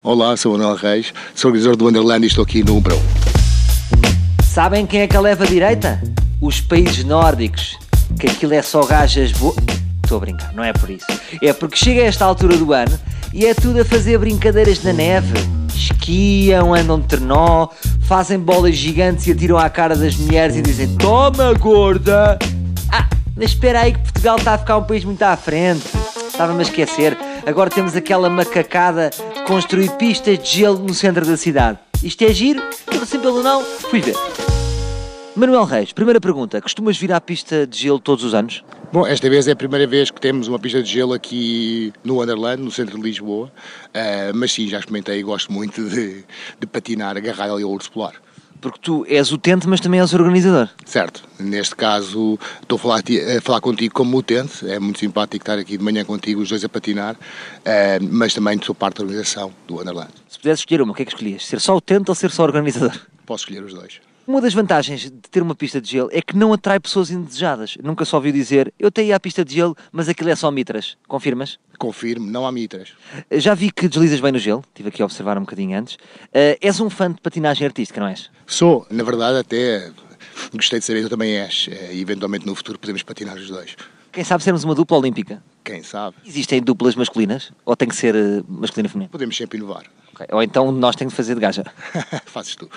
Olá, sou o Anel Reis, sou organizador do Wonderland e estou aqui no Umbrão. Sabem quem é que a leva à direita? Os países nórdicos. Que aquilo é só gajas boas. Estou a brincar, não é por isso. É porque chega a esta altura do ano e é tudo a fazer brincadeiras na neve. Esquiam, andam de trenó, fazem bolas gigantes e atiram à cara das mulheres e dizem: Toma, gorda! Ah, mas espera aí que Portugal está a ficar um país muito à frente. Estava-me a esquecer. Agora temos aquela macacada de construir pistas de gelo no centro da cidade. Isto é giro? Tudo assim pelo não? Fui ver. Manuel Reis, primeira pergunta. Costumas vir à pista de gelo todos os anos? Bom, esta vez é a primeira vez que temos uma pista de gelo aqui no Wonderland, no centro de Lisboa, ah, mas sim, já experimentei e gosto muito de, de patinar agarrado ali ao urso polar. Porque tu és utente, mas também és organizador. Certo, neste caso estou a falar, ti- a falar contigo como utente, é muito simpático estar aqui de manhã contigo, os dois a patinar, ah, mas também sou parte da organização do Wonderland. Se pudesses escolher uma, o que é que escolhias? Ser só utente ou ser só organizador? Posso escolher os dois. Uma das vantagens de ter uma pista de gelo é que não atrai pessoas indesejadas. Nunca só ouviu dizer, eu até ia à pista de gelo, mas aquilo é só mitras. Confirmas? Eh, Confirmo, não há mitras. Já vi que deslizas bem no gelo, estive aqui a observar um bocadinho antes. Ah, és um fã de patinagem artística, não és? Sou, na verdade, até gostei de saber que tu também és, eh, e eventualmente no futuro podemos patinar os dois. Quem sabe sermos uma dupla olímpica? Quem sabe? Existem duplas masculinas? Ou tem que ser ah, masculino e feminino? Podemos sempre inovar. Ok, Ou então nós temos de fazer de gaja? Fazes tu.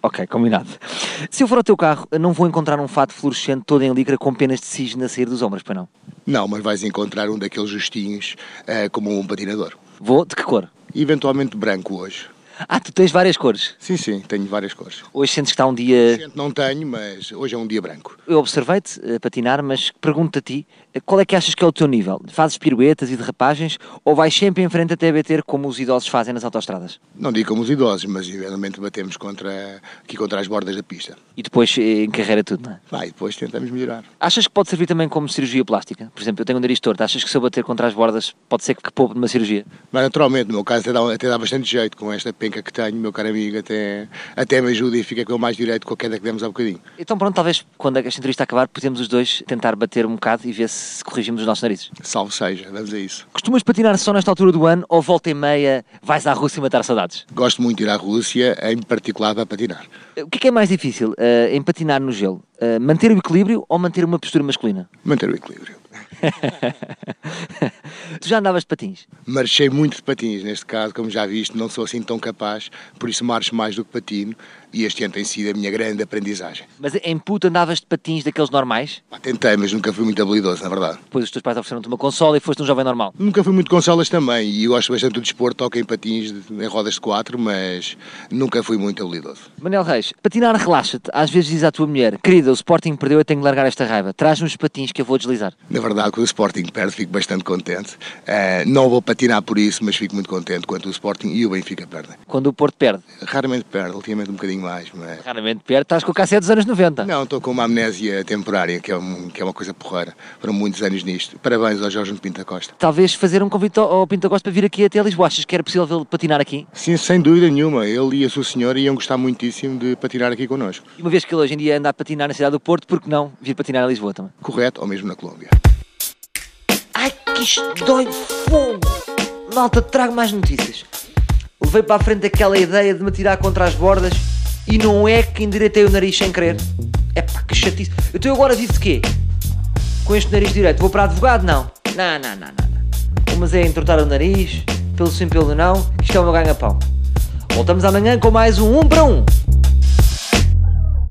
Ok, combinado. Se eu for ao teu carro, não vou encontrar um fato fluorescente todo em lycra com penas de cisne a sair dos ombros, para não. Não, mas vais encontrar um daqueles justinhos eh, como um patinador. Vou de que cor? Eventualmente branco hoje. Ah, tu tens várias cores. Sim, sim, tenho várias cores. Hoje sentes que está um dia. Gente, Não tenho, mas hoje é um dia branco. Eu observei-te a patinar, mas pergunto-te a ti: eh, qual é que achas que é o teu nível? Fazes piruetas e derrapagens ou vais sempre em frente até bater como os idosos fazem nas autostradas? Não digo como os idosos, mas eventualmente batemos contra, aqui contra as bordas da pista. E depois eh, encarreira tudo, não é? Vai, depois tentamos melhorar. Achas que pode servir também como cirurgia plástica? Por exemplo, eu tenho um nariz torto, achas que se eu bater contra as bordas pode ser que poupe numa cirurgia? Mas naturalmente, no meu caso, até dá, até dá bastante jeito com esta penca que tenho, meu caro amigo, até, até me ajuda e fica com o mais direito com a queda que demos há bocadinho. Então pronto, talvez quando esta entrevista acabar, podemos os dois tentar bater um bocado e ver se corrigimos os nossos narizes. Salve seja, vamos a isso. Costumas patinar só nesta altura do ano ou volta e meia vais à Rússia matar saudades? Gosto muito de ir à Rússia, em particular para patinar. O que é que é mais difícil eh, em patinar no gelo? Eh, manter o equilíbrio ou manter uma postura masculina? Manter o equilíbrio. tu já andavas de patins? Marchei muito de patins, neste caso, como já viste, não sou assim tão capaz, por isso marcho mais do que patino e este ano tem sido a minha grande aprendizagem. Mas em puto andavas de patins daqueles normais? Pá, Tentei, mas nunca fui muito habilidoso, na verdade. Depois os teus pais ofereceram-te uma consola e foste um jovem normal. Nunca fui muito com salas também e eu gosto bastante do desporto, toco em patins, em rodas de quatro, mas nunca fui muito habilidoso. Manel Reis, patinar relaxa-te. Às vezes diz à tua mulher, querida, o Sporting perdeu, eu tenho que largar esta raiva. Traz-me os patins que eu vou deslizar. Na verdade, quando o Sporting perde, fico bastante contente. Eh, não vou patinar por isso, mas fico muito contente quando o Sporting e o Benfica perdem. Quando o Porto perde. Raramente perde, ultimamente um bocadinho mais, mas... Raramente perde, estás com o KC dos anos 90. Não, estou com uma amnésia temporária, que é, um- que é uma coisa porreira. Foram muitos anos nisto. Parabéns ao Jorge Pinto da Costa. Talvez fazer um convite ao ao Pinto Costa para vir aqui até Lisboa. Achas que era possível vê-lo patinar aqui? Sim, sem dúvida nenhuma. Ele e a sua senhora iam gostar muitíssimo de patinar aqui connosco. E uma vez que ele hoje em dia anda a patinar na cidade do Porto, por que não vir patinar a Lisboa também? Correto, ou mesmo na Colômbia. Ai, que isto dói fogo! Malta, trago mais notícias. Levei para a frente aquela ideia de me tirar contra as bordas e não é que endireitei o nariz sem querer. Epá, que chatice. Então Eu estou agora vivo de quê? Com este nariz direito, vou para advogado? Não. Não, não, não, não. não. Mas é entortar o nariz, pelo sim, pelo não, isto é o meu ganha-pão. Voltamos amanhã com mais um 1 para 1.